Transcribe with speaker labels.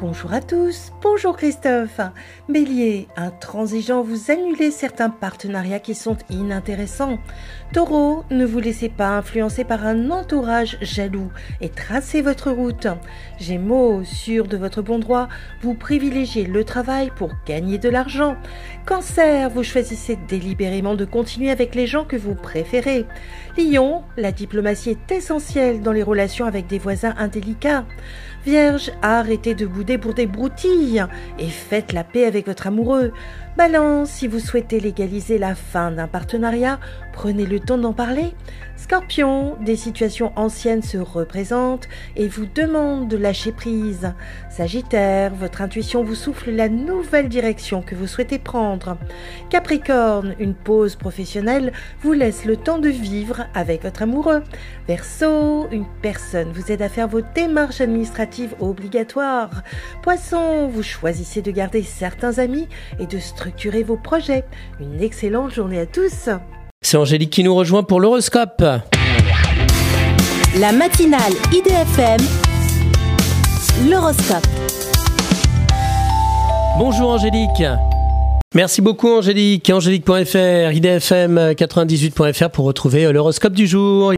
Speaker 1: Bonjour à tous, bonjour Christophe. Bélier, intransigeant, vous annulez certains partenariats qui sont inintéressants. Taureau, ne vous laissez pas influencer par un entourage jaloux et tracez votre route. Gémeaux, sûr de votre bon droit, vous privilégiez le travail pour gagner de l'argent. Cancer, vous choisissez délibérément de continuer avec les gens que vous préférez. Lion, la diplomatie est essentielle dans les relations avec des voisins indélicats. Vierge, arrêtez de bouder pour des broutilles et faites la paix avec votre amoureux. Balance, si vous souhaitez légaliser la fin d'un partenariat, prenez le temps d'en parler. Scorpion, des situations anciennes se représentent et vous demandent de lâcher prise. Sagittaire, votre intuition vous souffle la nouvelle direction que vous souhaitez prendre. Capricorne, une pause professionnelle vous laisse le temps de vivre avec votre amoureux. Verseau, une personne vous aide à faire vos démarches administratives obligatoires. Poisson, vous choisissez de garder certains amis et de structurer vos projets. Une excellente journée à tous.
Speaker 2: C'est Angélique qui nous rejoint pour l'horoscope.
Speaker 3: La matinale IDFM, l'horoscope.
Speaker 2: Bonjour Angélique. Merci beaucoup Angélique. Angélique.fr, idfm98.fr pour retrouver euh, l'horoscope du jour.